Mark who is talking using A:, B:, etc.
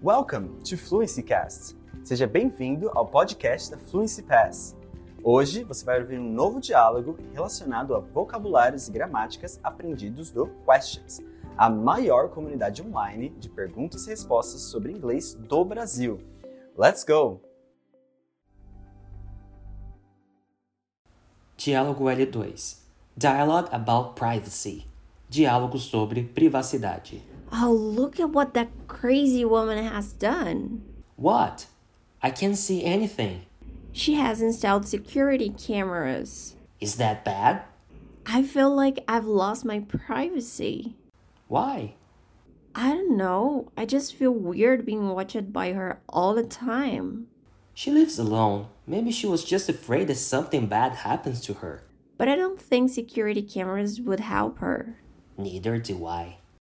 A: Welcome to Fluency Cast. Seja bem-vindo ao podcast da Fluency Pass. Hoje você vai ouvir um novo diálogo relacionado a vocabulários e gramáticas aprendidos do Questions, a maior comunidade online de perguntas e respostas sobre inglês do Brasil. Let's go!
B: Diálogo L2 Dialogue about privacy. Diálogo sobre privacidade.
C: Oh, look at what that crazy woman has done.
B: What? I can't see anything.
C: She has installed security cameras.
B: Is that bad?
C: I feel like I've lost my privacy.
B: Why?
C: I don't know. I just feel weird being watched by her all the time.
B: She lives alone. Maybe she was just afraid that something bad happens to her.
C: But I don't think security cameras would help her.
B: Neither do I.